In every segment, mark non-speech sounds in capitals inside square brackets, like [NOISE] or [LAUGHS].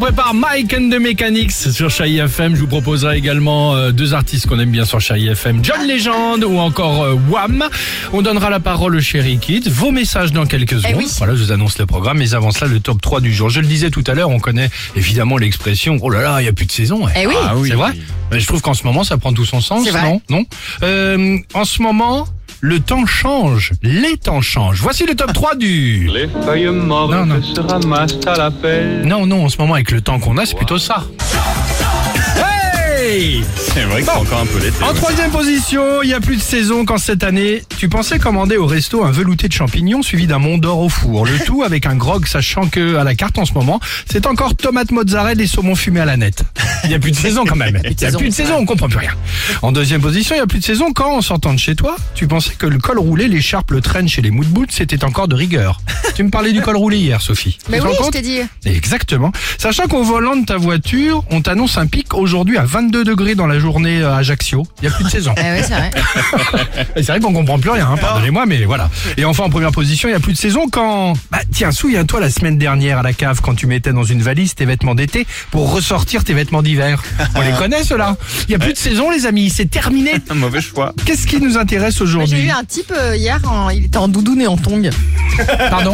prépare Mike and the Mechanics sur Chai FM. Je vous proposerai également euh, deux artistes qu'on aime bien sur Chai FM. John Legend ou encore euh, Wham. On donnera la parole au Chéri Kid. Vos messages dans quelques secondes. Eh oui. Voilà, je vous annonce le programme. Mais avant cela, le top 3 du jour. Je le disais tout à l'heure, on connaît évidemment l'expression « Oh là là, il n'y a plus de saison ouais. Eh oui. Ah C'est vrai Mais Je trouve qu'en ce moment, ça prend tout son sens, C'est vrai. non Non Euh, En ce moment... Le temps change, les temps changent. Voici le top 3 du... Les feuilles mortes Non, non. se ramassent à la pelle. Non, non, en ce moment, avec le temps qu'on a, c'est plutôt ça. Hey C'est vrai que c'est encore un peu l'été. En troisième position, il y a plus de saison quand cette année, tu pensais commander au resto un velouté de champignons suivi d'un mont d'or au four. Le tout avec un grog, sachant que à la carte en ce moment, c'est encore tomate mozzarella et saumon fumé à la nette. Il y a plus de saison quand même. Il y a plus de saison, on comprend plus rien. En deuxième position, il y a plus de saison quand, en sortant de chez toi, tu pensais que le col roulé, l'écharpe, le traîne chez les mood boots, c'était encore de rigueur. Tu me parlais du col roulé hier, Sophie. Mais Tu te oui, rends je compte Eh t'ai dit. Exactement. Sachant qu'au volant de ta voiture, on t'annonce un pic aujourd'hui à 22 degrés dans la journée euh, à Ajaccio. Il n'y a plus de saison. Eh oui, c'est [LAUGHS] vrai. C'est vrai qu'on comprend plus rien, hein, pardonnez-moi, mais voilà. Et enfin, en première position, il n'y a plus de saison quand... Bah tiens, souviens-toi la semaine dernière à la cave quand tu mettais dans une valise tes vêtements d'été pour ressortir tes vêtements d'hiver. On les connaît ceux-là. Il n'y a plus de saison les amis, c'est terminé. Un mauvais choix. Qu'est-ce qui nous intéresse J'ai aujourd'hui eu un type euh, hier, en- il était en doudoune et en tongue. Pardon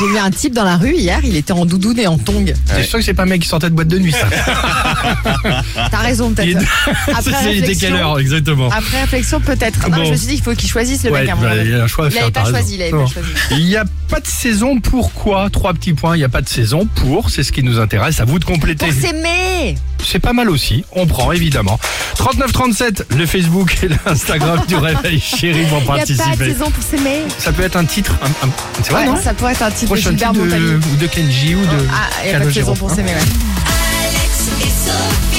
J'ai eu un type dans la rue hier, il était en doudoune et en tongue. C'est sûr que c'est pas un mec qui sortait de boîte de nuit ça. T'as raison Il est- peut-être. Après [LAUGHS] C'est- il était quelle réflexion, heure exactement après réflexion peut-être. Non, Bon. Je me suis dit, il faut qu'il choisisse le Ouais, mec à un moment bah, donné. il y a un choix à Il faire, avait pas t'as raison. choisi, il avait pas Non. choisi. Il n'y a pas de saison, pourquoi Trois petits points, il n'y a pas de saison, pour, c'est ce qui nous intéresse, à vous de compléter. Pour s'aimer C'est pas mal aussi, on prend évidemment. 3937, le Facebook et [LAUGHS] l'Instagram du Réveil Chéri vont Il n'y a pas de participer. saison pour s'aimer. Ça peut être un titre, un- un- c'est vrai Ouais, non ça pourrait être un type de Prochain Gilbert titre de, Montagnier. ou de hein? Kenji ou de Ah, il n'y a pas de Calogero. saison pour s'aimer, ouais. Alex et Sophie.